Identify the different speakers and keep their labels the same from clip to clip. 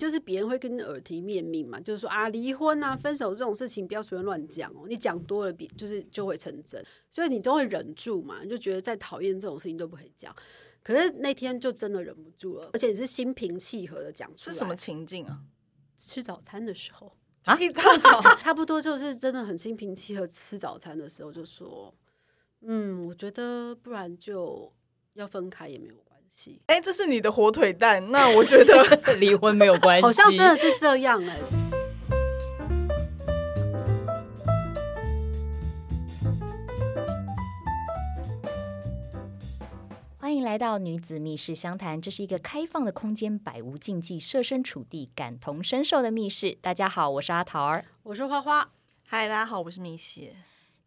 Speaker 1: 就是别人会跟你耳提面命嘛，就是说啊，离婚啊、分手这种事情不要随便乱讲哦，你讲多了，比就是就会成真，所以你都会忍住嘛，你就觉得再讨厌这种事情都不可以讲。可是那天就真的忍不住了，而且你是心平气和的讲出
Speaker 2: 是
Speaker 1: 来。
Speaker 2: 什么？情境啊？
Speaker 1: 吃早餐的时候，
Speaker 2: 啊，一大早
Speaker 1: 差不多就是真的很心平气和吃早餐的时候，就说，嗯，我觉得不然就要分开也没有关系。
Speaker 2: 哎、这是你的火腿蛋，那我觉得
Speaker 3: 离婚没有关系，
Speaker 1: 好像真的是这样哎、
Speaker 4: 欢迎来到女子密室相谈，这是一个开放的空间，百无禁忌，设身处地、感同身受的密室。大家好，我是阿桃儿。
Speaker 1: 我说花花，
Speaker 2: 嗨，大家好，我是米歇。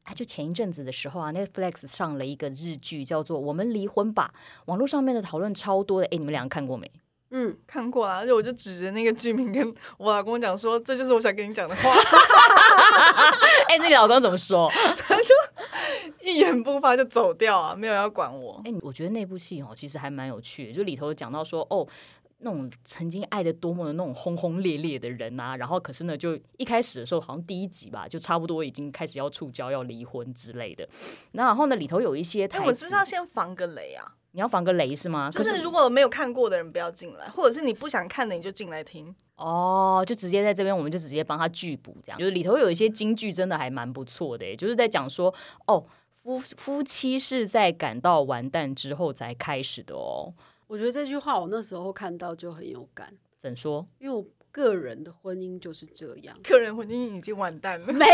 Speaker 4: 啊，就前一阵子的时候啊，Netflix 上了一个日剧，叫做《我们离婚吧》，网络上面的讨论超多的。哎，你们两个看过没？
Speaker 1: 嗯，
Speaker 2: 看过啊，而且我就指着那个剧名跟我老公讲说，这就是我想跟你讲的话，
Speaker 4: 哎，那你老公怎么说？
Speaker 2: 一言不发就走掉啊，没有要管我。
Speaker 4: 哎，我觉得那部戏哦，其实还蛮有趣的，就里头有讲到说，哦，那种曾经爱的多么的那种轰轰烈烈的人啊，然后可是呢，就一开始的时候，好像第一集吧，就差不多已经开始要触礁、要离婚之类的。那然后呢，里头有一些
Speaker 2: 哎、
Speaker 4: 台词，
Speaker 2: 我是不是要先防个雷啊？
Speaker 4: 你要防个雷是吗？
Speaker 2: 就
Speaker 4: 可
Speaker 2: 是如果没有看过的人不要进来，或者是你不想看的你就进来听。
Speaker 4: 哦，就直接在这边，我们就直接帮他拒补，这样就是里头有一些金句真的还蛮不错的耶，欸就是在讲说，哦，夫夫妻是在感到完蛋之后才开始的哦。
Speaker 1: 我觉得这句话我那时候看到就很有感，
Speaker 4: 怎说？
Speaker 1: 因为我个人的婚姻就是这样。
Speaker 2: 客人婚姻已经完蛋了，
Speaker 1: 没有，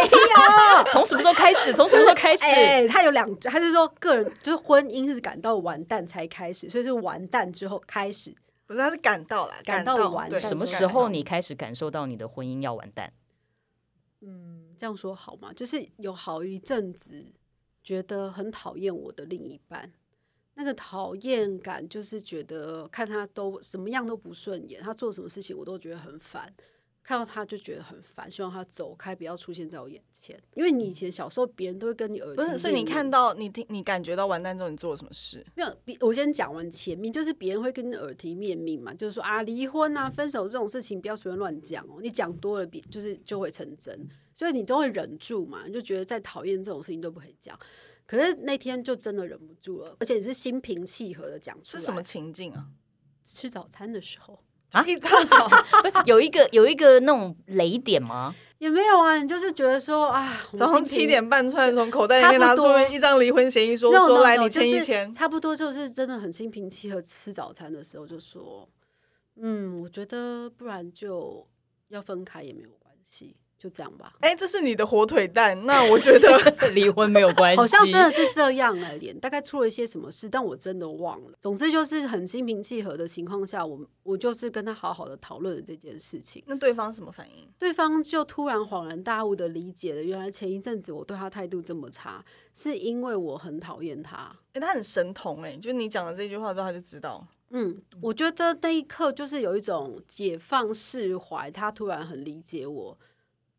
Speaker 4: 从什么时候开始？从什么时候开始？
Speaker 1: 哎、他有两，他是说个人就是婚姻是感到完蛋才开始，所以是完蛋之后开始。
Speaker 2: 不是他是感到啦，
Speaker 1: 感到
Speaker 2: 到
Speaker 1: 完
Speaker 2: 对
Speaker 1: 蛋
Speaker 4: 什么
Speaker 1: 之
Speaker 4: 时
Speaker 1: 后
Speaker 4: 候你开始感受到你的婚姻要完 蛋？
Speaker 1: 嗯，这样说好吗？就是有好一阵子觉得很讨厌我的另一半，那个讨厌感就是觉得看他都什么样都不顺眼，他做什么事情我都觉得很烦。看到他就觉得很烦，希望他走开，不要出现在我眼前。因为你以前小时候，别人都会跟你耳
Speaker 2: 不
Speaker 1: 提
Speaker 2: 是，所以
Speaker 1: 面
Speaker 2: 你
Speaker 1: 命
Speaker 2: 看到你听你感觉到完蛋之后，你做了什么事？
Speaker 1: 没有，比我先讲完前面，就是别人会跟你耳提面命嘛，就是说啊，离婚
Speaker 2: 嗯
Speaker 1: 啊、分手这种事情不要随便乱讲哦，你讲多了比就是就会成真，所以你都会忍住嘛，你就觉得再讨厌这种事情都不可以讲。可是那天就真的忍不住了，而且你是心平气和的讲出
Speaker 2: 是
Speaker 1: 来。
Speaker 2: 什么情境啊？
Speaker 1: 吃早餐的时候
Speaker 4: 啊
Speaker 2: 一大早
Speaker 4: 不是有一个有一个那种雷点吗？
Speaker 1: 也没有啊，你就是觉得说啊，我
Speaker 2: 早上
Speaker 1: 心情
Speaker 2: 七点半突然从口袋里面
Speaker 1: 差
Speaker 2: 拿
Speaker 1: 不
Speaker 2: 出
Speaker 1: 多
Speaker 2: 一张离婚协议书，
Speaker 1: 没有
Speaker 2: 说来
Speaker 1: no,
Speaker 2: 你
Speaker 1: no, 就
Speaker 2: 签
Speaker 1: 是
Speaker 2: 一签。
Speaker 1: 差不多就是真的很心平气和吃早餐的时候就说，嗯，我觉得不然就要分开也没有关系，就这样吧。
Speaker 2: 哎、这是你的火腿蛋，那我觉得
Speaker 3: 离婚没有关系，
Speaker 1: 好像真的是这样哎、脸大概出了一些什么事，但我真的忘了。总之就是很心平气和的情况下，我我就是跟他好好的讨论了这件事情。
Speaker 2: 那对方什么反应？
Speaker 1: 对方就突然恍然大悟的理解了，原来前一阵子我对他态度这么差，是因为我很讨厌他。
Speaker 2: 哎、他很神童哎、就你讲了这句话之后，他就知道。
Speaker 1: 嗯，我觉得那一刻就是有一种解放释怀，他突然很理解我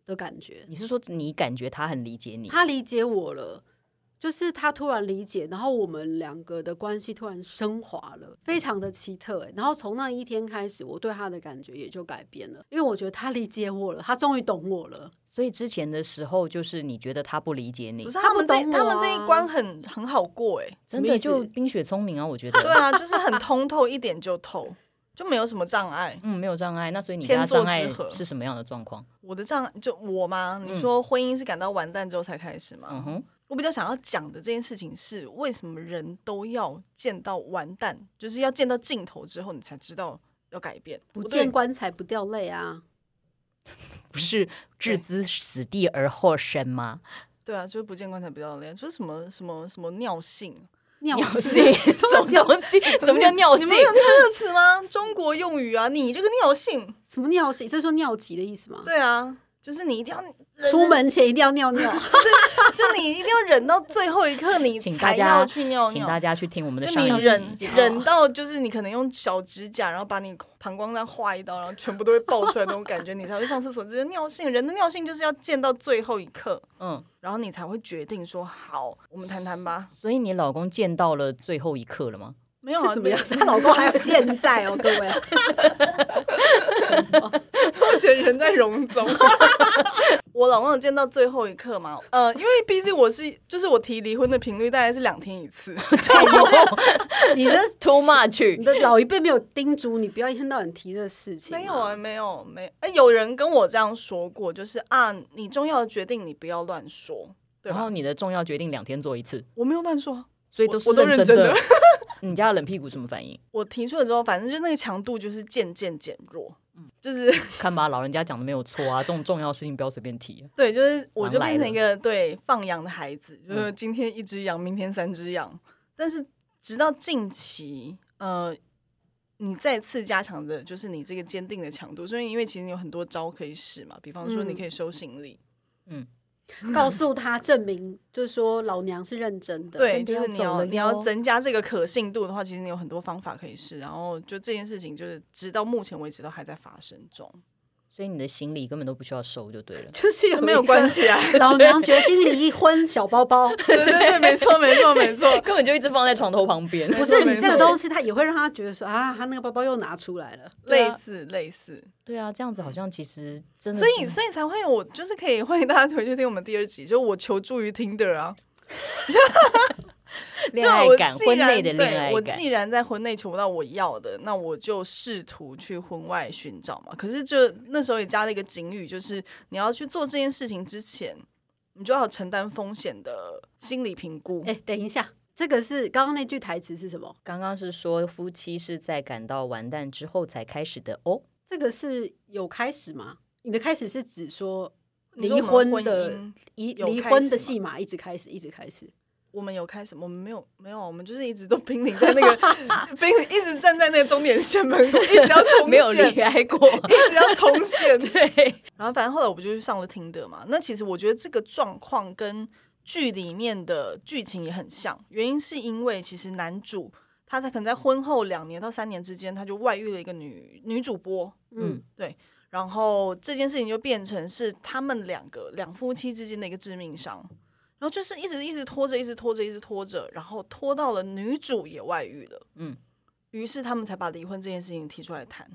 Speaker 1: 的感觉，
Speaker 4: 你是说你感觉他很理解你？
Speaker 1: 他理解我了，就是他突然理解，然后我们两个的关系突然升华了，非常的奇特、欸。然后从那一天开始，我对他的感觉也就改变了，因为我觉得他理解我了，他终于懂我了。
Speaker 4: 所以之前的时候就是你觉得他不理解你
Speaker 2: 不，是
Speaker 1: 他
Speaker 2: 他
Speaker 1: 不
Speaker 2: 们这、
Speaker 1: 懂我啊
Speaker 2: 他们这一关很很好过哎、
Speaker 4: 真
Speaker 1: 什么
Speaker 4: 的
Speaker 1: 意思
Speaker 4: 就冰雪聪明啊，我觉
Speaker 2: 对
Speaker 4: 得。
Speaker 2: 啊，就是很通透，一点就透，就没有什么障碍。
Speaker 4: 嗯，没有障碍。那所以你跟他
Speaker 2: 天作
Speaker 4: 障
Speaker 2: 之
Speaker 4: 碍
Speaker 2: 合
Speaker 4: 是什么样的状况？
Speaker 2: 我的障碍就我吗？
Speaker 1: 嗯
Speaker 2: 你说婚姻是感到完蛋之后才开始吗？
Speaker 4: 嗯哼，
Speaker 2: 我比较想要讲的这件事情是，为什么人都要见到完蛋，就是要见到尽头之后，你才知道要改变。
Speaker 1: 不
Speaker 2: 我对
Speaker 1: 见棺材不掉泪啊！
Speaker 4: 不是置之死地而后生吗？
Speaker 2: 对啊，就是不见棺材不掉泪，就是什么什么什么尿性，啊
Speaker 1: 尿
Speaker 4: 尿
Speaker 1: 性
Speaker 4: 性 什么东西？什么叫尿性
Speaker 2: 你？们有这个词吗？中国用语啊，你这个尿性，
Speaker 1: 什么尿性？是说尿急的意思吗？
Speaker 2: 对啊，就是你一定要
Speaker 1: 出，门前一定要尿尿。
Speaker 2: 就你一定要忍到最后一刻，你
Speaker 4: 请大
Speaker 2: 才
Speaker 4: 家
Speaker 2: 要去尿
Speaker 4: 请大
Speaker 2: 尿。
Speaker 4: 家去听我们的
Speaker 2: 就
Speaker 4: 上
Speaker 2: 你
Speaker 4: 一
Speaker 2: 忍
Speaker 4: 集。
Speaker 2: 忍到，就是你可能用小指甲，然后把你膀胱这样划一刀，然后全部都会爆出来那种感觉，你才会上厕所。这是尿性，人的尿性就是要见到最后一刻，
Speaker 4: 嗯，
Speaker 2: 然后你才会决定说好，我们谈谈吧。
Speaker 4: 所以你老公见到了最后一刻了吗？
Speaker 2: 没有
Speaker 1: 是
Speaker 2: 啊，
Speaker 1: 怎么样？
Speaker 2: 没有
Speaker 1: 她老公还有健在哦，各位。什么
Speaker 2: 人在荣总。 我老忘了见到最后一刻嘛，呃，因为毕竟我是，就是我提离婚的频率大概是两天一次，
Speaker 1: 你的
Speaker 4: too much
Speaker 1: 你。的老一辈没有叮嘱你，不要一天到晚提这个事情、
Speaker 2: 没有啊，，没有，没，哎、有人跟我这样说过，就是啊，你重要的决定你不要乱说，对
Speaker 4: 然
Speaker 2: 吧
Speaker 4: 后？你的重要决定两天做一次，
Speaker 2: 我没有乱说，啊
Speaker 4: 所以
Speaker 2: 我
Speaker 4: 都是
Speaker 2: 我都认
Speaker 4: 真
Speaker 2: 真
Speaker 4: 的
Speaker 2: 的。
Speaker 4: 你家的冷屁股什么反应？
Speaker 2: 我提出了之后，反正就那个强度就是渐渐减弱，就是
Speaker 4: 看吧，老人家讲的没有错啊，这种重要事情不要随便提。啊
Speaker 2: 对，就是我就
Speaker 4: 狼来
Speaker 2: 变成一
Speaker 4: 了
Speaker 2: 个对放羊的孩子，就是今天一只羊，明天三只羊。但是直到近期，呃，你再次加强的就是你这个坚定的强度，所以因为其实你有很多招可以使嘛，比方说
Speaker 1: 嗯
Speaker 2: 你可以收行李，
Speaker 1: 告诉他证明，就是说老娘是认真的。。
Speaker 2: 对，
Speaker 4: 真的
Speaker 2: 就是
Speaker 4: 要
Speaker 2: 你
Speaker 4: 走
Speaker 2: 要
Speaker 4: 了
Speaker 2: 你要
Speaker 4: 哟
Speaker 2: 增加这个可信度的话，其实你有很多方法可以试。然后就这件事情，就是直到目前为止都还在发生中，
Speaker 4: 所以你的行李根本都不需要收就对了
Speaker 1: 就是有
Speaker 2: 没有关系啊。
Speaker 1: 一个。老娘决心离婚，小包 包
Speaker 2: 对对对，没错没错没错。
Speaker 4: 根本就一直放在床头旁边，
Speaker 1: 不是你这个东西，他也会让他觉得说啊，他那个包包又拿出来了。
Speaker 4: 对
Speaker 2: 类
Speaker 4: 啊
Speaker 2: 似类似，
Speaker 4: 对啊，这样子好像其实真的是，
Speaker 2: 所以所以才会有我就是可以欢迎大家回去听我们第二集，就我求助于 Tinder 啊，
Speaker 4: 恋爱感，
Speaker 2: 就我
Speaker 4: 婚
Speaker 2: 既然
Speaker 4: 内的恋
Speaker 2: 对
Speaker 4: 爱
Speaker 2: 我
Speaker 4: 感
Speaker 2: 既，然在婚内求不到我要的，那我就试图去婚外寻找嘛。可是就那时候也加了一个警语，就是你要去做这件事情之前，你就要承担风险的心理评 估。
Speaker 1: 哎、等一下，这个是刚刚那句台词是什么？
Speaker 4: 刚刚是说夫妻是在感到完蛋之后才开始的 哦，
Speaker 1: 这个是有开始吗？你的开始是指说
Speaker 2: 你说
Speaker 1: 离
Speaker 2: 我们
Speaker 1: 婚的
Speaker 2: 姻
Speaker 1: 离
Speaker 2: 有
Speaker 1: 离
Speaker 2: 开
Speaker 1: 婚
Speaker 2: 始
Speaker 1: 的
Speaker 2: 吗
Speaker 1: 戏码一直开始，一直开始。
Speaker 2: 我们有开始，我们没有没有，我们就是一直都濒临在那个濒 临一直站在那个终点线门口，一直要冲
Speaker 4: 没有啊
Speaker 2: 线
Speaker 4: 恋爱过，
Speaker 2: 一直要重现。
Speaker 4: 对，
Speaker 2: 然后反正后来我不就去上了听的嘛。那其实我觉得这个状况跟剧里面的剧情也很像，原因是因为其实男主他在可能在婚后两年到三年之间，他就外遇了一个女女主播，
Speaker 1: 嗯
Speaker 4: 嗯，
Speaker 2: 然后这件事情就变成是他们两个两夫妻之间的一个致命伤。然后就是一直一直拖着，一直拖着，一直拖着，然后拖到了女主也外遇了，
Speaker 4: 嗯，
Speaker 2: 于是他们才把离婚这件事情提出来谈。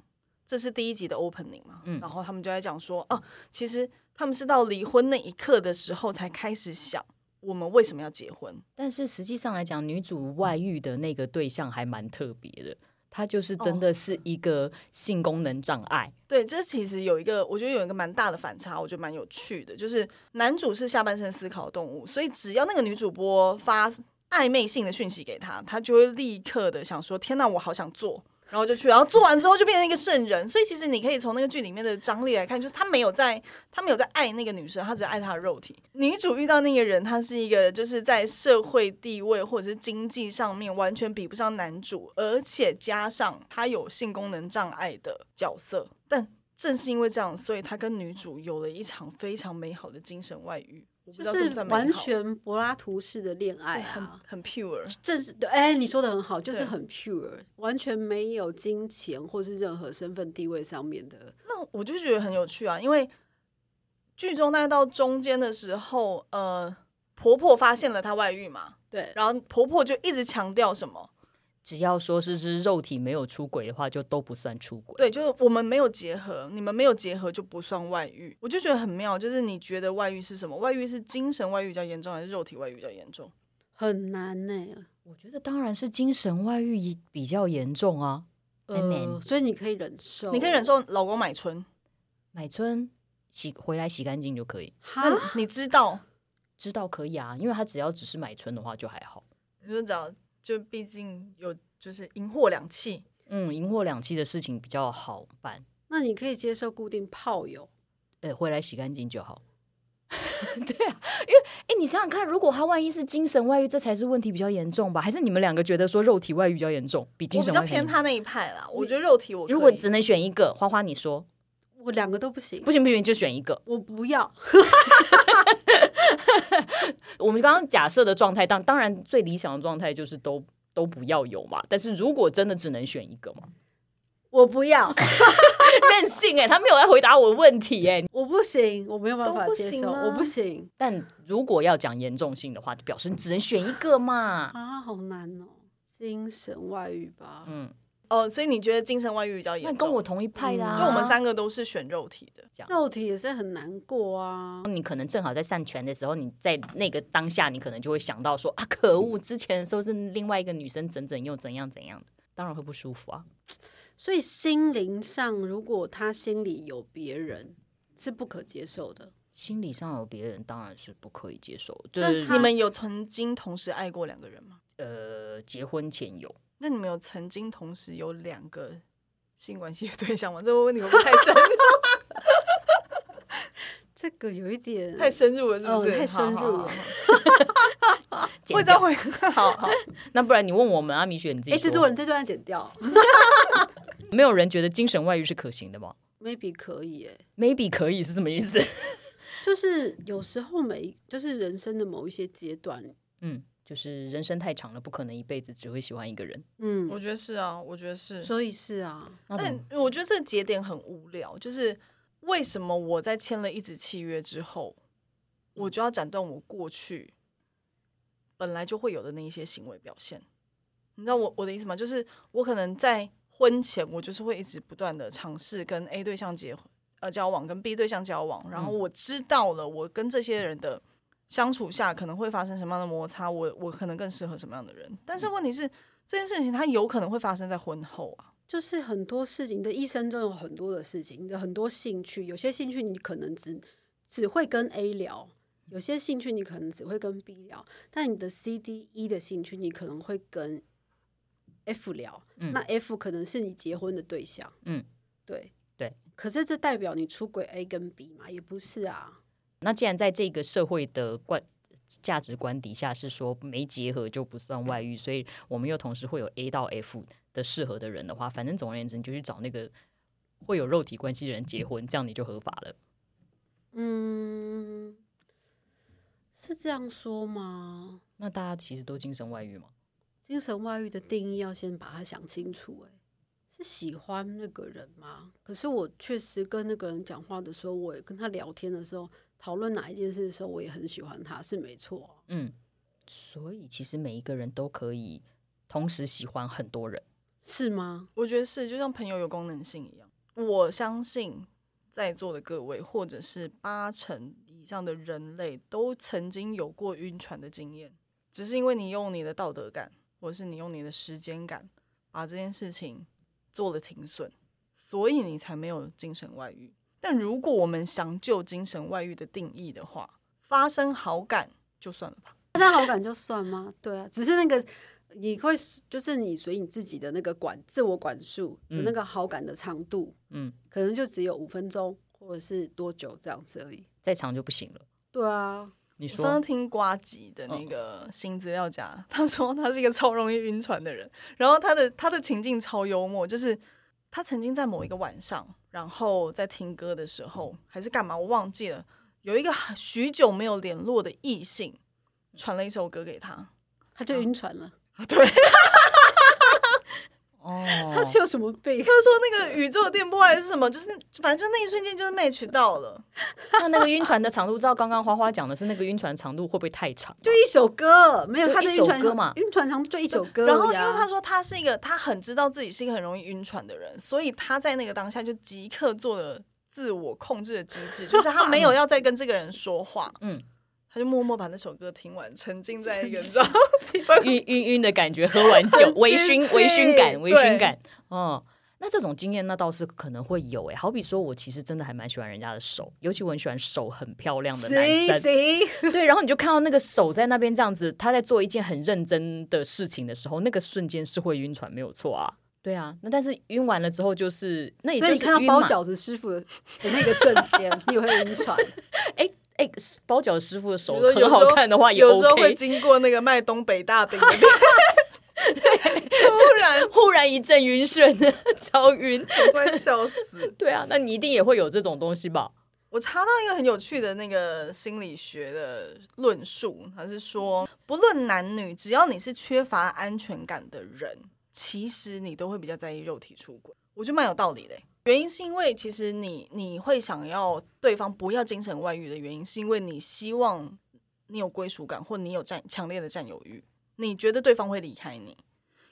Speaker 2: 这是第一集的 opening 嘛，
Speaker 4: 嗯
Speaker 2: 然后他们就在讲说，哦、其实他们是到离婚那一刻的时候才开始想我们为什么要结婚，
Speaker 4: 但是实际上来讲，女
Speaker 2: 嗯
Speaker 4: 主外遇的那个对象还蛮特别的，她就是真
Speaker 2: 哦
Speaker 4: 的是一个性功能障碍，
Speaker 2: 对，这其实有一个，我觉得有一个蛮大的反差，我觉得蛮有趣的，就是男主是下半身思考的动物，所以只要那个女主播发暧昧性的讯息给他，他就会立刻的想说：“天哪，我好想做。”然后就去，然后做完之后就变成一个圣人。所以其实你可以从那个剧里面的张力来看，就是他没有在，他没有在爱那个女生，他只爱她的肉体。女主遇到那个人，他是一个就是在社会地位或者是经济上面完全比不上男主，而且加上他有性功能障碍的角色。但正是因为这样，所以他跟女主有了一场非常美好的精神外遇。我不知
Speaker 1: 就
Speaker 2: 道算
Speaker 1: 是
Speaker 2: 不算美好
Speaker 1: 完全柏拉图式的恋爱
Speaker 2: 对很
Speaker 1: 啊。
Speaker 2: 很 pure。
Speaker 1: 正是对哎、你说的很好，就是
Speaker 2: 对
Speaker 1: 很 pure，完全没有金钱或是任何身份地位上面的。
Speaker 2: 那我就觉得很有趣啊，因为剧中大概到中间的时候，呃，婆婆发现了她外遇嘛，
Speaker 1: 对，
Speaker 2: 然后婆婆就一直强调什么，
Speaker 4: 只要说是是肉体没有出轨的话，就都不算出轨。
Speaker 2: 对，就是我们没有结合，你们没有结合就不算外遇。我就觉得很妙，就是你觉得外遇是什么？外遇是精神外遇比较严重，还是肉体外遇比较严重？
Speaker 1: 很难呢、
Speaker 4: 我觉得当然是精神外遇也比较严重啊。很
Speaker 1: 呃，
Speaker 4: 难
Speaker 1: 所以你可以忍受，
Speaker 2: 你可以忍受老公买春，
Speaker 4: 买春洗回来洗干净就可以，
Speaker 1: 哈
Speaker 2: 那
Speaker 4: 啊
Speaker 2: 你知道，
Speaker 4: 知道可以啊，因为他只要只是买春的话就还好。
Speaker 2: 你就知道，就毕竟有就是银货两讫。
Speaker 4: 嗯，赢货两期的事情比较好办，
Speaker 1: 那你可以接受固定炮友，
Speaker 4: 呃，回来洗干净就好。 对啊，因为哎，你想想看，如果他万一是精神外遇，这才是问题比较严重吧？还是你们两个觉得说肉体外遇比较严重，比精
Speaker 2: 我比
Speaker 4: 神
Speaker 2: 较
Speaker 4: 外遇还
Speaker 2: 偏
Speaker 4: 严重？
Speaker 2: 他那一派啦，我觉得肉体我可以
Speaker 4: 如果只能选一个，花花你说
Speaker 1: 我两个都不行，
Speaker 4: 不行不行，就选一个。
Speaker 1: 我不要。
Speaker 4: 我们刚刚假设的状态，当当然最理想的状态就是都都不要有嘛。但是如果真的只能选一个嘛，
Speaker 1: 我不要，
Speaker 4: 任性哎、他没有来回答我的问题哎、
Speaker 1: 我不行，我没有办
Speaker 2: 都
Speaker 1: 法
Speaker 2: 不
Speaker 1: 接
Speaker 2: 行
Speaker 1: 受，
Speaker 2: 吗
Speaker 1: 我不行
Speaker 4: 但如果要讲严重性的话，就表示你只能选一个嘛。
Speaker 1: 啊，好难哦，精神外遇吧，
Speaker 4: 嗯，
Speaker 2: 哦，所以你觉得精神外遇比较严
Speaker 4: 那
Speaker 2: 重？
Speaker 4: 跟我同一派的、啊
Speaker 3: 嗯
Speaker 2: 就我们三个都是选肉体的，
Speaker 1: 肉体也是很难过啊。
Speaker 4: 你可能正好在散拳的时候，你在那个当下，你可能就会想到说啊，可恶，之前的时候是另外一个女生整整又怎样怎样的，当然会不舒服啊。
Speaker 1: 所以心灵上，如果他心里有别人，是不可接受的。
Speaker 4: 心理上有别人当然是不可以接受，就
Speaker 1: 但
Speaker 4: 是
Speaker 1: 他
Speaker 2: 你们有曾经同时爱过两个人吗？
Speaker 4: 呃结婚前有，
Speaker 2: 那你们有曾经同时有两个性关系的对象吗？这个问题会不会太 深
Speaker 1: 这个有一点
Speaker 2: 太深入了，是不是？
Speaker 1: 哦太深入
Speaker 2: 好好好
Speaker 1: 了
Speaker 4: 剪
Speaker 2: 会这
Speaker 4: 掉
Speaker 2: 样会 好好。
Speaker 4: 那不然你问我们啊，米雪你自己
Speaker 1: 哎，
Speaker 4: 说，
Speaker 1: 制作人这段剪掉
Speaker 4: 没有人觉得精神外遇是可行的吗
Speaker 1: ，maybe 可以哎、
Speaker 4: ？Maybe 可以是什么意思？
Speaker 1: 就是有时候每就是人生的某一些阶段，
Speaker 4: 嗯，就是人生太长了，不可能一辈子只会喜欢一个人。
Speaker 1: 嗯
Speaker 2: 我，觉得是啊，我觉得是。
Speaker 1: 所以是啊，
Speaker 4: 那怎么
Speaker 2: 但我觉得这个节点很无聊，就是为什么我在签了一纸契约之后，我
Speaker 4: 嗯
Speaker 2: 就要斩断我过去本来就会有的那一些行为表现？你知道我我的意思吗？就是我可能在婚前，我就是会一直不断的尝试跟 A 对象结婚，呃交往，跟 B 对象交往，然
Speaker 4: 嗯
Speaker 2: 后我知道了我跟这些人的相处下可能会发生什么样的摩擦，我我可能更适合什么样的人。但
Speaker 4: 嗯
Speaker 2: 是问题是，这件事情它有可能会发生在婚后啊。
Speaker 1: 就是很多事情，你的一生中有很多的事情，你的很多兴趣，有些兴趣你可能只只会跟 A 聊，有些兴趣你可能只会跟 B 聊，但你的 C、D、E 的兴趣你可能会跟 F 聊，
Speaker 4: 嗯
Speaker 1: 那 F 可能是你结婚的对象，
Speaker 4: 嗯，
Speaker 1: 对
Speaker 4: 对，
Speaker 1: 可是这代表你出轨 A 跟 B 嘛？也不是啊，
Speaker 4: 那既然在这个社会的观价值观底下是说没结合就不算外遇，所以我们又同时会有 A 到 F 的适合的人的话，反正总而言之，你就去找那个会有肉体关系的人结婚，这样你就合法了。
Speaker 1: 嗯，是这样说吗？
Speaker 4: 那大家其实都精神外遇嘛？
Speaker 1: 精神外遇的定义要先把它想清楚、欸。是喜欢那个人吗？可是我确实跟那个人讲话的时候，我也跟他聊天的时候，讨论哪一件事的时候，我也很喜欢他，是没错啊、
Speaker 4: 嗯，所以其实每一个人都可以同时喜欢很多人。
Speaker 1: 是吗？
Speaker 2: 我觉得是，就像朋友有功能性一样。我相信在座的各位，或者是八成以上的人类，都曾经有过晕船的经验，只是因为你用你的道德感，或者是你用你的时间感，把这件事情做了停损，所以你才没有精神外遇。但如果我们想就精神外遇的定义的话，发生好感就算了吧。
Speaker 1: 大家好感就算吗？对啊，只是那个你会就是你随你自己的那个管自我管束的
Speaker 4: 嗯
Speaker 1: 那个好感的长度，
Speaker 4: 嗯，
Speaker 1: 可能就只有五分钟或者是多久这样子而已。
Speaker 4: 再长就不行了。
Speaker 1: 对啊，
Speaker 4: 你
Speaker 2: 我上
Speaker 4: 说嗯
Speaker 2: 次听瓜吉的那个新资料夹，他说他是一个超容易晕船的人，然后他的他的情境超幽默，就是他曾经在某一个晚上，然后在听歌的时候还是干嘛，我忘记了，有一个许久没有联络的异性
Speaker 4: 嗯
Speaker 2: 传了一首歌给他，
Speaker 1: 他就晕船了，
Speaker 4: 哦，
Speaker 1: 他是有什么病？
Speaker 2: 他说那个宇宙电波还是什么，就是反正就那一瞬间就是 match 到了，
Speaker 4: 那那个晕船的长度，照刚刚花花讲的是那个晕船长度会不会太长？
Speaker 1: 就一首歌，没有
Speaker 4: 就
Speaker 1: 他的
Speaker 4: 一
Speaker 1: 晕
Speaker 4: 首
Speaker 1: 船
Speaker 4: 歌
Speaker 1: 长
Speaker 4: 嘛
Speaker 1: 晕船长就一首歌而已啊、
Speaker 2: 然后因为他说他是一个，他很知道自己是一个很容易晕船的人，所以他在那个当下就即刻做了自我控制的机制，就是他没有要再跟这个人说话，
Speaker 4: 嗯，
Speaker 2: 他就默默把那首歌听完，沉浸在一个你知道地方。
Speaker 4: 晕晕晕的感觉，喝完酒，微醺微醺感，微醺感，哦。那这种经验，那倒是可能会有诶、好比说，我其实真的还蛮喜欢人家的手，尤其我很喜欢手很漂亮的男
Speaker 1: 谁
Speaker 4: 生。
Speaker 1: 谁
Speaker 4: 对，然后你就看到那个手在那边这样子，他在做一件很认真的事情的时候，那个瞬间是会晕船，没有错啊。对啊，那但是晕完了之后，就是那也就
Speaker 1: 所以你
Speaker 4: 是
Speaker 1: 看到
Speaker 4: 晕
Speaker 1: 包
Speaker 4: 嘛
Speaker 1: 饺子师傅的的那个瞬间，你也会晕船。
Speaker 4: 哎、包饺师傅的手
Speaker 2: 比如说有时
Speaker 4: 很
Speaker 2: 候
Speaker 4: 好看的话也
Speaker 2: 有时候会
Speaker 4: OK，
Speaker 2: 经过那个卖东北大饼的地方，突然
Speaker 4: 忽然一阵晕眩， 超晕。
Speaker 2: 我快笑死。
Speaker 4: 对啊，那你一定也会有这种东西吧？
Speaker 2: 我查到一个很有趣的那个心理学的论述，他是说，不论男女，只要你是缺乏安全感的人，其实你都会比较在意肉体出轨。我觉得蛮有道理的欸、原因是因为其实你你会想要对方不要精神外遇的原因，是因为你希望你有归属感，或你有占强烈的占有欲，你觉得对方会离开你。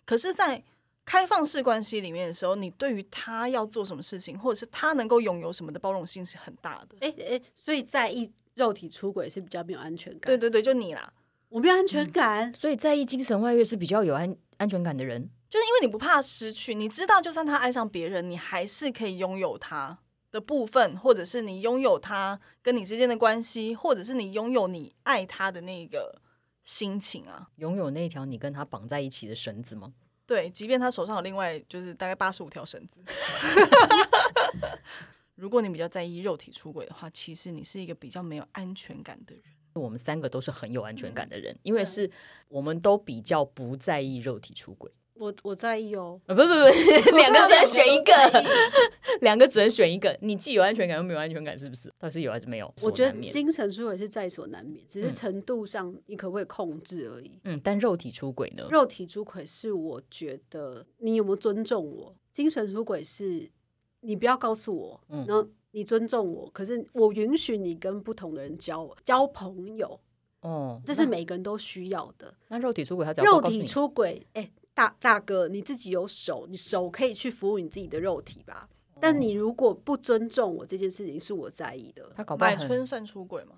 Speaker 2: 可是，在开放式关系里面的时候，你对于他要做什么事情，或者是他能够拥有什么的包容性是很大的。
Speaker 1: 哎哎，所以在意肉体出轨是比较没有安全感。
Speaker 2: 对，对对，就你啦，
Speaker 1: 我没有安全感。
Speaker 4: 所以在意精神外遇是比较有安安全感的人。
Speaker 2: 就是因为你不怕失去，你知道就算他爱上别人，你还是可以拥有他的部分，或者是你拥有他跟你之间的关系，或者是你拥有你爱他的那个心情啊。
Speaker 4: 拥有那条你跟他绑在一起的绳子吗？
Speaker 2: 对，即便他手上有另外就是大概八十五条绳子。 如果你比较在意肉体出轨的话，其实你是一个比较没有安全感的人。
Speaker 4: 我们三个都是很有安全感的
Speaker 1: 嗯
Speaker 4: 人，因为是我们都比较不在意肉体出 轨。
Speaker 1: 我我在意哦，
Speaker 4: 啊，不不 不，两个只能选一个， 两个只能选一个。你既有安全感又没有安全感，是不是？到底是有还是没有？
Speaker 1: 我觉
Speaker 4: 所
Speaker 1: 得
Speaker 4: 难免
Speaker 1: 精神出轨是在所难免，只是
Speaker 4: 嗯
Speaker 1: 程度上你可不可以控制而已。
Speaker 4: 嗯，但肉体出轨呢？
Speaker 1: 肉体出轨是我觉得你有没有尊重我，精神出轨是你不要告诉我，
Speaker 4: 嗯
Speaker 1: 然后你尊重我，可是我允许你跟不同的人交交朋友，
Speaker 4: 哦，
Speaker 1: 这是每个人都需要的。
Speaker 4: 那肉体出轨，他只要
Speaker 1: 肉
Speaker 4: 不告诉
Speaker 1: 体
Speaker 4: 你
Speaker 1: 出轨，哎、大大哥，你自己有手，你手可以去服务你自己的肉体吧。
Speaker 4: 哦
Speaker 1: 但你如果不尊重我这件事情，是我在意的。
Speaker 4: 他搞不好
Speaker 2: 买
Speaker 4: 很
Speaker 2: 春算出轨吗？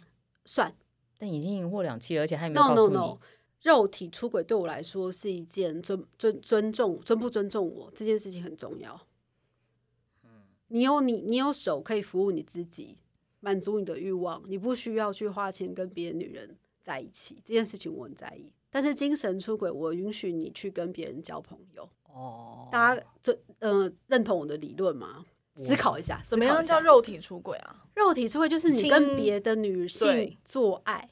Speaker 1: 算
Speaker 4: 但已经赢货两期了，而且他也没有
Speaker 1: ，no
Speaker 4: 告诉
Speaker 1: no
Speaker 4: 你。
Speaker 1: no，肉体出轨对我来说是一件尊尊尊重尊不尊重我这件事情很重要。
Speaker 4: 嗯
Speaker 1: 你有你你有手可以服务你自己，满足你的欲望，你不需要去花钱跟别的女人在一起，这件事情我很在意。但是精神出轨，我允许你去跟别人交朋友。
Speaker 4: 哦，
Speaker 1: 大家这呃认同我的理论吗？思考一下，
Speaker 2: 怎么样
Speaker 1: 思考
Speaker 2: 叫
Speaker 1: 一下
Speaker 2: 肉体出轨啊？
Speaker 1: 肉体出轨？就是你
Speaker 2: 亲
Speaker 1: 跟别的女性
Speaker 2: 对
Speaker 1: 做爱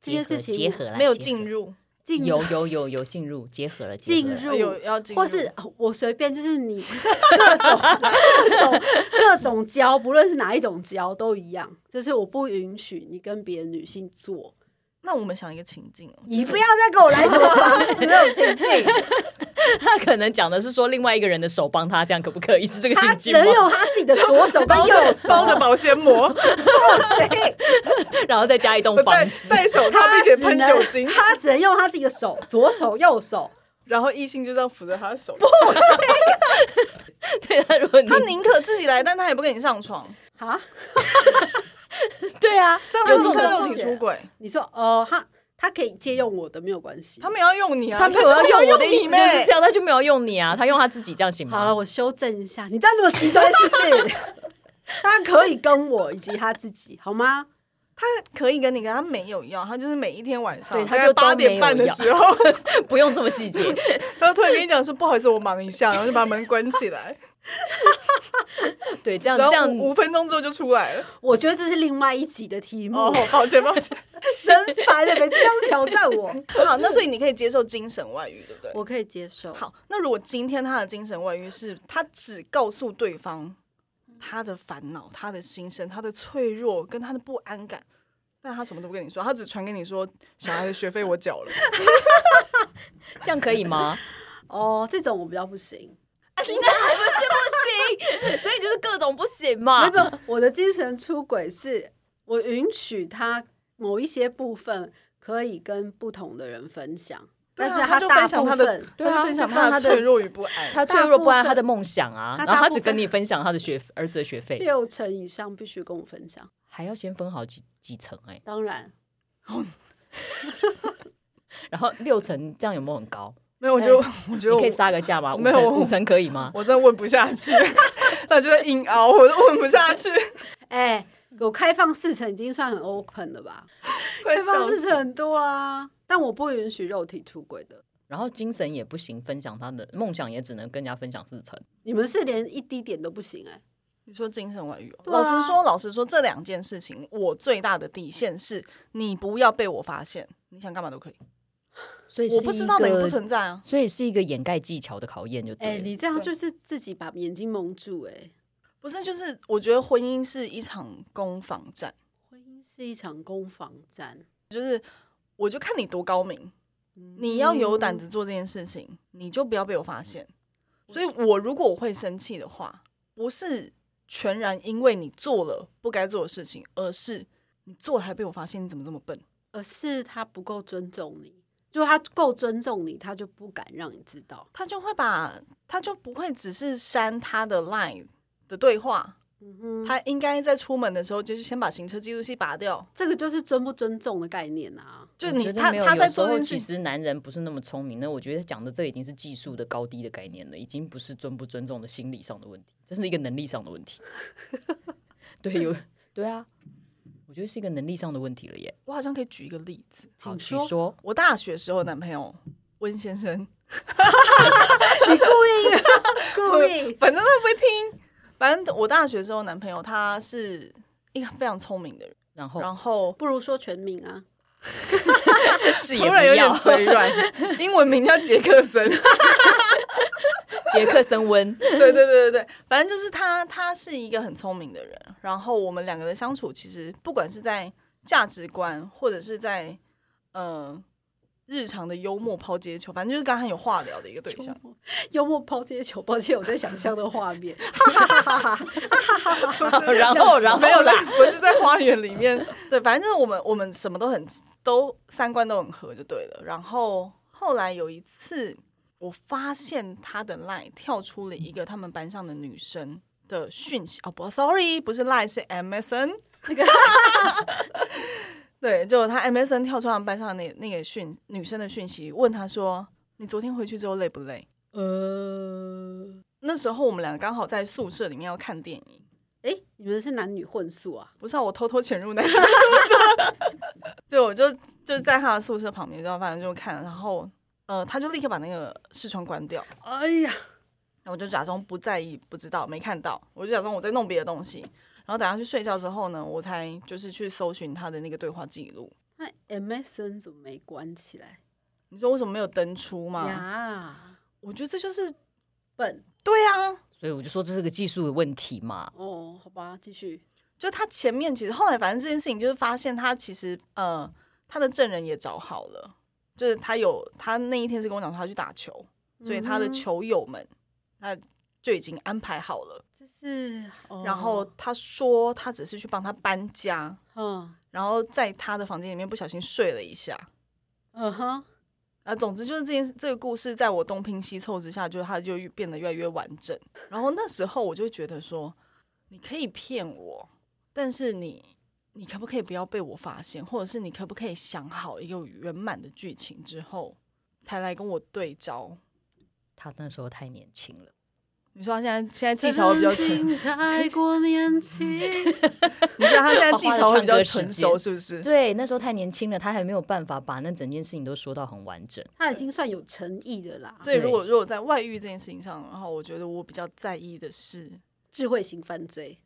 Speaker 1: 这件
Speaker 4: 结合
Speaker 1: 事情，
Speaker 4: 结合啦
Speaker 2: 没有
Speaker 4: 结合
Speaker 2: 进入，
Speaker 1: 进
Speaker 4: 有有有有进入结合了，结合
Speaker 1: 进
Speaker 4: 了
Speaker 1: 入
Speaker 2: 有哎要进入，
Speaker 1: 或是呃我随便，就是你 各种各种各种交，不论是哪一种交都一样，就是我不允许你跟别的女性做。
Speaker 2: 那我们想一个情境哦，
Speaker 1: 你不要再给我来什么房子这种情境，
Speaker 4: 他可能讲的是说另外一个人的手帮他，这样可不可以？是这个
Speaker 1: 他只
Speaker 4: 情境吗
Speaker 1: 能？用他自己的左手跟
Speaker 2: 包
Speaker 1: 右
Speaker 2: 着
Speaker 1: 手，
Speaker 2: 包着保鲜 膜，
Speaker 1: 谁？
Speaker 4: 然后再加一栋房
Speaker 2: 戴
Speaker 4: 子，
Speaker 2: 戴手套，
Speaker 1: 他
Speaker 2: 并且
Speaker 1: 只
Speaker 2: 喷
Speaker 1: 能
Speaker 2: 酒精，
Speaker 1: 他只能用他自己的手，左手右手。
Speaker 2: 然后异性就这样扶着他的手。
Speaker 4: 对啊，如果你
Speaker 2: 他宁可自己来，但他也不跟你上床，
Speaker 1: 啊，
Speaker 4: 对啊，
Speaker 2: 这样
Speaker 1: 有这
Speaker 2: 他就
Speaker 1: 种
Speaker 2: 算
Speaker 1: 状
Speaker 2: 肉体
Speaker 1: 况
Speaker 2: 出轨。
Speaker 1: 你说哦，他他可以借用我的没有关系。
Speaker 2: 他没有要用你啊，
Speaker 4: 他没有要
Speaker 2: 就没
Speaker 4: 用我的
Speaker 2: 你
Speaker 4: 意思就
Speaker 2: 妹
Speaker 4: 是这样，他就没有用你啊，他用他自己这样行吗？
Speaker 1: 好
Speaker 2: 嗯
Speaker 1: 了，，我修正一下，你这样这么极端是不 是？他可以跟我以及他自己好吗？
Speaker 2: 可以跟你，可他没有要，他就是每一天晚上
Speaker 4: 对，他
Speaker 2: 大概
Speaker 4: 就都
Speaker 2: 八点半
Speaker 4: 没有
Speaker 2: 的
Speaker 4: 要
Speaker 2: 时候，
Speaker 4: 不用这么细节，
Speaker 2: 他就突然跟你讲说不好意思，我忙一下，然后就把门关起 来，
Speaker 4: 对，这样
Speaker 2: 然
Speaker 4: 这样
Speaker 2: 后五五分钟之后就出来了。
Speaker 1: 我觉得这是另外一集的题目，
Speaker 2: 哦，抱歉抱歉。
Speaker 1: 神烦了，每次都是挑战我，
Speaker 2: 好，那所以你可以接受精神外遇，对不对？
Speaker 1: 我可以接受。
Speaker 2: 好，那如果今天他的精神外遇是他只告诉对方他的烦恼、他的心声、他的脆弱跟他的不安感，但他什么都不跟你说，他只传给你说小孩的学费我缴了。
Speaker 4: 这样可以吗？
Speaker 1: 哦，这种我比较不行。
Speaker 4: 应该还不是不行，所以就是各种不行
Speaker 2: 啊
Speaker 4: 嘛
Speaker 1: 没。有，我的精神出轨是我允许他某一些部分可以跟不同的人分享，
Speaker 2: 对
Speaker 1: 但
Speaker 2: 啊
Speaker 1: 是
Speaker 2: 他就
Speaker 1: 大
Speaker 2: 分享
Speaker 1: 部
Speaker 2: 他的
Speaker 1: 分
Speaker 4: 对啊
Speaker 2: 他就分享
Speaker 4: 就放
Speaker 2: 他
Speaker 4: 他
Speaker 2: 的
Speaker 4: 的
Speaker 2: 脆弱与不安。
Speaker 4: 他脆弱不安，他的梦想啊，
Speaker 1: 他
Speaker 4: 然
Speaker 1: 大部分
Speaker 4: 后他只跟你分享他的学儿子的学费，
Speaker 1: 六成以上必须跟我分享。
Speaker 4: 还要先分好几几层哎，
Speaker 1: 当然，
Speaker 4: 然后六层这样有没有很高？
Speaker 2: 没有，我就我觉得
Speaker 4: 你
Speaker 2: 我
Speaker 4: 可以杀个价吗？五
Speaker 2: 没有我
Speaker 4: 层五层可以吗？
Speaker 2: 我真的问不下去， 他就在硬熬，我都问不下去，
Speaker 1: 哎、有开放四成已经算很 open 了吧？
Speaker 2: 快
Speaker 1: 开
Speaker 2: 笑
Speaker 1: 放
Speaker 2: 死
Speaker 1: 四。成很多啊，但我不允许肉体出轨的。
Speaker 4: 然后精神也不行，分享他的梦想也只能跟人家分享四层。
Speaker 1: 你们是连一滴点都不行哎、
Speaker 2: 你说精神外遇、哦
Speaker 1: 对啊
Speaker 2: 老实说，老实说，这两件事情，我最大的底线是你不要被我发现，你想干嘛都可以。
Speaker 4: 所以
Speaker 2: 我不知道哪
Speaker 4: 个
Speaker 2: 个不存在啊。
Speaker 4: 所以是一个掩盖技巧的考验，就对
Speaker 1: 哎、
Speaker 4: 了。
Speaker 1: 你这样
Speaker 2: 对
Speaker 1: 就是自己把眼睛蒙住哎、
Speaker 2: 不是，就是我觉得婚姻是一场攻防战，
Speaker 1: 婚姻是一场攻防战，
Speaker 2: 我就看你多高明，
Speaker 4: 嗯
Speaker 2: 你要有胆子做这件事情，你就不要被我发现。所以我如果我会生气的话，不是全然因为你做了不该做的事情，而是你做了还被我发现，你怎么这么笨？
Speaker 1: 而是他不够尊重你，如果他够尊重你，他就不敢让你知道。
Speaker 2: 他就会把，他就不会只是删他的 Line 的对话，
Speaker 1: 嗯哼，
Speaker 2: 他应该在出门的时候就是先把行车记录器拔掉。
Speaker 1: 这个就是尊不尊重的概念啊。
Speaker 2: 就
Speaker 4: 我
Speaker 2: 你
Speaker 4: 觉得
Speaker 2: 他
Speaker 4: 没有
Speaker 2: 他在
Speaker 4: 有时
Speaker 2: 做
Speaker 4: 候
Speaker 2: 这件
Speaker 4: 其
Speaker 2: 事情，
Speaker 4: 实男人不是那么聪明，那我觉得讲的这已经是技术的高低的概念了，已经不是尊不尊重的心理上的问题，这是一个能力上的 问题。对，有对啊，我觉得是一个能力上的问题了耶。
Speaker 2: 我好像可以举一个例子，
Speaker 4: 好，
Speaker 1: 请
Speaker 4: 请
Speaker 1: 说
Speaker 4: 说。
Speaker 2: 我大学时候的男朋友温先生，
Speaker 1: 故意
Speaker 2: 反正他不会听。反正我大学时候的男朋友他是一个非常聪明的人，
Speaker 4: 然后
Speaker 2: 然后
Speaker 1: 不如说全名啊，
Speaker 4: 是
Speaker 2: 突然有点嘴软，英文名叫杰克森。
Speaker 4: 杰克森温，
Speaker 2: 对对对对对，反正就是他，他是一个很聪明的人。然后我们两个的相处，其实不管是在价值观，或者是在呃日常的幽默抛接球，反正就是刚才有话聊的一个对象。
Speaker 1: 幽默抛接球，抱歉，我在想象的画面。
Speaker 4: 然后然后
Speaker 2: 没有啦，不是在花园里面。 对，反正就是我们我们什么都很都三观都很合就对了。然后后来有一次，我发现他的 line 跳出了一个他们班上的女生的讯息。哦，不，sorry，不是 line 是 MSN。
Speaker 1: 那个
Speaker 2: 对，就他 MSN 跳出他们班上的那那个讯女生的讯息，问他说：“你昨天回去之后累不累
Speaker 1: 呃，？”
Speaker 2: 那时候我们两个刚好在宿舍里面要看电影，
Speaker 1: 哎、你们是男女混宿啊？
Speaker 2: 不是、啊、我偷偷潜入男 生宿舍，就我就就在他的宿舍旁边，然后反正就看，然后呃，他就立刻把那个视窗关掉，
Speaker 1: 哎呀，
Speaker 2: 然后我就假装不在意，不知道没看到，我就假装我在弄别的东西，然后等他去睡觉之后呢，我才就是去搜寻他的那个对话记录。
Speaker 1: 那 MSN 怎么没关起来
Speaker 2: 你说为什么没有登出吗？
Speaker 1: 呀？
Speaker 2: 我觉得这就是
Speaker 1: 笨
Speaker 2: 对啊，
Speaker 4: 所以我就说这是个技术的问题嘛。
Speaker 1: 哦，好吧，继续。
Speaker 2: 就他前面其实后来反正这件事情就是发现他其实呃他的证人也找好了，就是他有他那一天是跟我讲说他去打球，所以他的
Speaker 1: 嗯哼
Speaker 2: 球友们他就已经安排好了。
Speaker 1: 就是，哦
Speaker 2: 然后，他说他只是去帮他搬家，
Speaker 1: 嗯
Speaker 2: 然后在他的房间里面不小心睡了一下。
Speaker 1: 嗯哼，
Speaker 2: 啊，总之就是这件这个故事，在我东拼西凑之下，就它就越变得越来越完整。然后那时候我就觉得说，你可以骗我，但是你你可不可以不要被我发现，或者是你可不可以想好一个圆满的剧情之后，才来跟我对招？
Speaker 4: 他那时候太年轻了，
Speaker 2: 你说他现在现在技巧比较
Speaker 1: 曾
Speaker 2: 纯，
Speaker 1: 经太过年 轻，
Speaker 2: 你觉得他现在技巧会比
Speaker 4: 花
Speaker 2: 较
Speaker 4: 了唱歌
Speaker 2: 成
Speaker 4: 时
Speaker 2: 熟
Speaker 4: 间
Speaker 2: 是不 是？
Speaker 4: 对，那时候太年轻了，他还没有办法把那整件事情都说到很完整。
Speaker 1: 他已经算有诚意的啦。
Speaker 2: 所以如果如果在外遇这件事情上，然后我觉得我比较在意的是，
Speaker 1: 智慧型犯罪，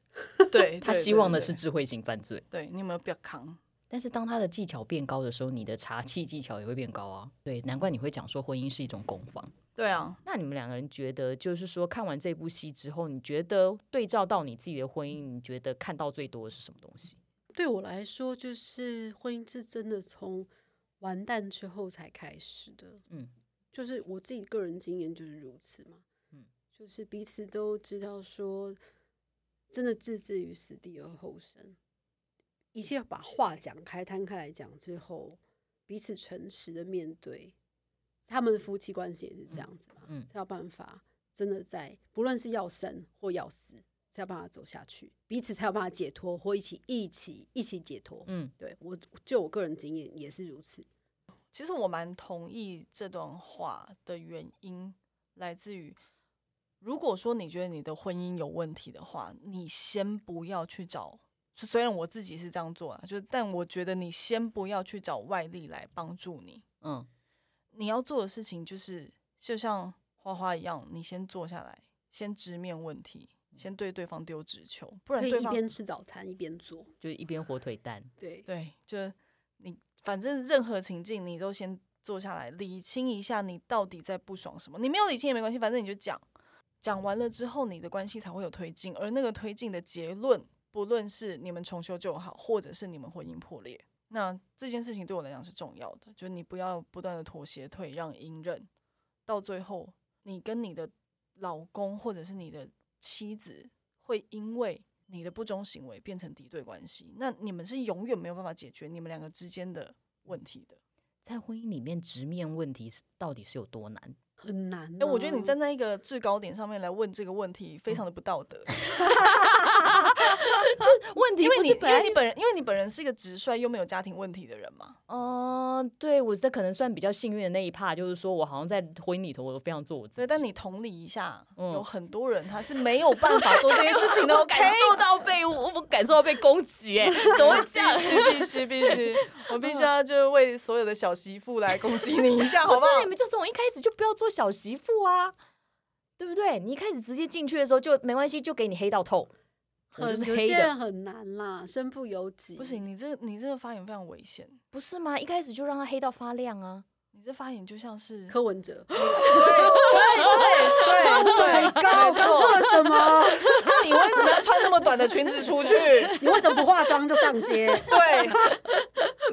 Speaker 2: 对
Speaker 4: 他
Speaker 2: 对
Speaker 4: 希
Speaker 2: 对
Speaker 4: 望的
Speaker 2: 对
Speaker 4: 是智慧型犯罪，
Speaker 2: 对你有没有必要扛？
Speaker 4: 但是当他的技巧变高的时候，你的茶器技巧也会变高啊。对，难怪你会讲说婚姻是一种攻防。
Speaker 2: 对啊，
Speaker 4: 那你们两个人觉得，就是说看完这部戏之后，你觉得对照到你自己的婚姻，你觉得看到最多的是什么东西？
Speaker 1: 对我来说，就是婚姻是真的从完蛋之后才开始的。
Speaker 4: 嗯，
Speaker 1: 就是我自己个人经验就是如此嘛。
Speaker 4: 嗯，
Speaker 1: 就是彼此都知道说，真的置之于死地而后生。一切把话讲开、摊开来讲之后，彼此诚实的面对，他们的夫妻关系也是这样子嘛，
Speaker 4: 嗯
Speaker 1: 才有办法真的在不论是要生或要死，才有办法走下去，彼此才有办法解脱或一起一起一起解脱。
Speaker 4: 嗯，
Speaker 1: 对我就我个人经验也是如此。
Speaker 2: 其实我蛮同意这段话的原因，来自于如果说你觉得你的婚姻有问题的话，你先不要去找。虽然我自己是这样做啊，就是但我觉得你先不要去找外力来帮助你，
Speaker 4: 嗯，
Speaker 2: 你要做的事情就是，就像花花一样，你先坐下来，先直面问题，先对对方丢直球，不然
Speaker 1: 可以
Speaker 2: 对
Speaker 1: 一
Speaker 2: 方
Speaker 1: 边吃早餐一边做，
Speaker 4: 就是一边火腿蛋，
Speaker 1: 对，
Speaker 2: 对，就是你反正任何情境，你都先坐下来理清一下，你到底在不爽什么。你没有理清也没关系，反正你就讲，讲完了之后，你的关系才会有推进，而那个推进的结论，不论是你们重修旧好，或者是你们婚姻破裂，那这件事情对我来讲是重要的，就是你不要不断的妥协、退让、隐忍，到最后，你跟你的老公或者是你的妻子会因为你的不忠行为变成敌对关系，那你们是永远没有办法解决你们两个之间的问题的。
Speaker 4: 在婚姻里面直面问题是到底是有多难？
Speaker 1: 很难、哦。
Speaker 2: 哎、我觉
Speaker 4: 嗯
Speaker 2: 得你站在一个制高点上面来问这个问题，非常的不道德。
Speaker 4: 嗯问题
Speaker 2: 因为
Speaker 4: 不
Speaker 2: 你
Speaker 4: 是
Speaker 2: 因
Speaker 4: 本来
Speaker 2: 为你本人，因为你本人是一个直率又没有家庭问题的人嘛。
Speaker 4: 哦、对我这可能算比较幸运的那一趴，就是说我好像在婚姻里头我非常做我自
Speaker 2: 对，
Speaker 4: 己，
Speaker 2: 但你同理一下，
Speaker 4: 嗯
Speaker 2: 有很多人他是没有办法做这件事情的。
Speaker 4: 我
Speaker 2: OK，
Speaker 4: 感受到被我我感受到被攻击，哎，怎么会这样？
Speaker 2: 必须必 须，我
Speaker 4: 嗯
Speaker 2: 必须要就为所有的小媳妇来攻击你一 下，好不
Speaker 4: 不是
Speaker 2: 好
Speaker 4: 你？们就从一开始就不要做小媳妇啊，对不对？你一开始直接进去的时候就没关系，就给你黑到透，我
Speaker 1: 很
Speaker 4: 就是
Speaker 1: 有
Speaker 4: 黑
Speaker 1: 些
Speaker 4: 的，
Speaker 1: 人很难啦，身不由己。
Speaker 2: 不行，你这你这个发言非常危险，
Speaker 4: 不是吗？一开始就让他黑到发亮啊！
Speaker 2: 你这发言就像是
Speaker 1: 柯文 哲，
Speaker 2: 对对对，
Speaker 1: 我 刚
Speaker 2: 告
Speaker 1: 哦做了什么？
Speaker 2: 那你为什么要穿那么短的裙子出去？
Speaker 1: 你为什么不化妆就上街？
Speaker 2: 对，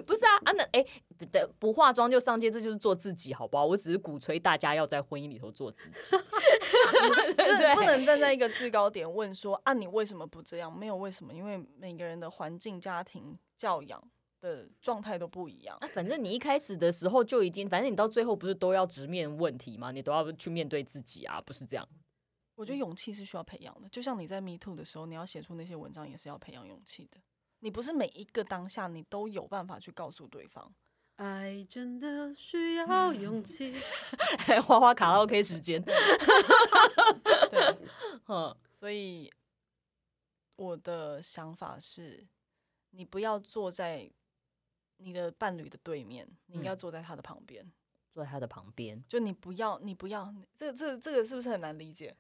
Speaker 4: 不是啊啊那哎，不对不化妆就上街，这就是做自己，好不好？我只是鼓吹大家要在婚姻里头做自己，
Speaker 2: 就是不能站在一个制高点问说啊，你为什么不这样？没有为什么，因为每个人的环境、家庭、教养的状态都不一样。
Speaker 4: 啊，反正你一开始的时候就已经，反正你到最后不是都要直面问题吗？你都要去面对自己啊，不是这样？
Speaker 2: 我觉得勇气是需要培养的，就像你在 Me Too 的时候，你要写出那些文章，也是要培养勇气的。你不是每一个当下你都有办法去告诉对方，
Speaker 1: 爱真的需要勇 气。
Speaker 4: 花花卡拉 OK 时间，
Speaker 2: 对，
Speaker 4: 嗯，
Speaker 2: 所以我的想法是，你不要坐在你的伴侣的对面，你应该
Speaker 4: 嗯
Speaker 2: 坐在他的旁边。
Speaker 4: 坐在他的旁边，
Speaker 2: 就你不要，你不要，这这这个是不是很难理解？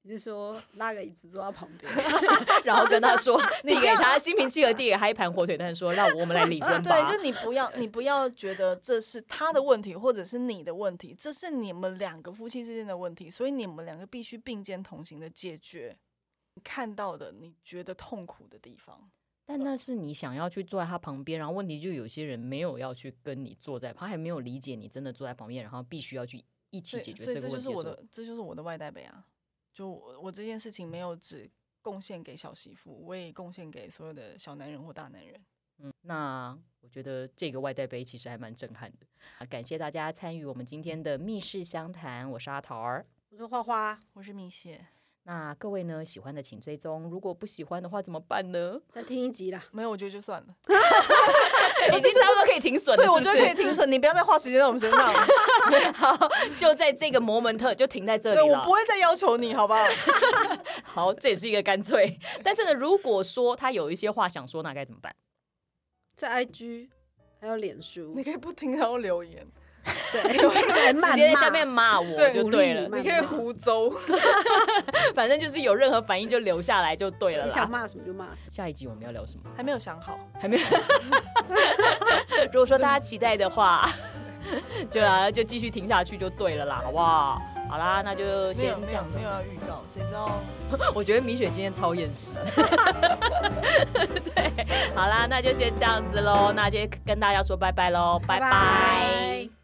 Speaker 1: 你是说拉个椅子坐他旁 边？
Speaker 4: 然后跟他 说，递给他心平气和递给他一盘火腿蛋，说让我们来离婚吧。
Speaker 2: 啊 对，就你不要，你不要觉得这是他的问题，或者是你的问题，这是你们两个夫妻之间的问题，所以你们两个必须并肩同行的解决你看到的你觉得痛苦的地方。
Speaker 4: 但那是你想要去坐在他旁边，然后问题就有些人没有要去跟你坐在，他还没有理解你真的坐在旁边，然后必须要去一起
Speaker 2: 对，
Speaker 4: 解决
Speaker 2: 所以
Speaker 4: 这
Speaker 2: 这
Speaker 4: 个
Speaker 2: 就
Speaker 4: 问
Speaker 2: 是
Speaker 4: 题
Speaker 2: 我
Speaker 4: 时候
Speaker 2: 的，这就是我的外带杯啊！就我我这件事情
Speaker 4: 嗯
Speaker 2: 没有只贡献给小媳妇，我也贡献给所有的小男人或大男人。
Speaker 4: 嗯，那我觉得这个外带杯其实还蛮震撼的啊！感谢大家参与我们今天的密室相谈，我是阿桃儿。
Speaker 1: 我说花花
Speaker 2: 我是蜜蟹，
Speaker 4: 那各位呢，喜欢的请追踪，如果不喜欢的话怎么办呢？
Speaker 1: 再听一集啦。
Speaker 2: 没有，我觉得就算了。哎
Speaker 4: 已经差不多可以停损了，
Speaker 2: 对，
Speaker 4: 是
Speaker 2: 我
Speaker 4: 不
Speaker 2: 觉得可以
Speaker 4: 是？
Speaker 2: 停损，你不要再花时间在我们身 上了。
Speaker 4: 就在这个摩门特就停在这
Speaker 2: 对
Speaker 4: 里
Speaker 2: 我
Speaker 4: 了啊
Speaker 2: 不。会再要求你，好不好？
Speaker 4: 好，这也是一个干脆。但是呢，如果说他有一些话想说，那该怎么办？
Speaker 1: 在 IG 还有脸书
Speaker 2: 你，可以不听他留言。
Speaker 1: 对，来谩骂
Speaker 4: 直接在下面骂我
Speaker 2: 对
Speaker 4: 就
Speaker 1: 鼓励
Speaker 4: 对
Speaker 1: 你
Speaker 4: 了
Speaker 1: 骂，
Speaker 2: 你可以胡诌，
Speaker 4: 反正就是有任何反应就留下来就对了
Speaker 1: 你想
Speaker 4: 啦。
Speaker 1: 骂什么就骂什么。
Speaker 4: 下一集我们要聊什么？
Speaker 2: 还没有想好。
Speaker 4: 还没有。如果说大家期待的话， 就啊就继续听下去就对了啦，好不好？好啦，那就
Speaker 2: 没
Speaker 4: 先
Speaker 2: 有没
Speaker 4: 这
Speaker 2: 有
Speaker 4: 样。
Speaker 2: 没有要预告，谁知道？
Speaker 4: 我觉得米雪今天超 厌世。对，好啦，那就先这样子喽，那就跟大家说拜拜喽，拜
Speaker 1: 拜
Speaker 4: 拜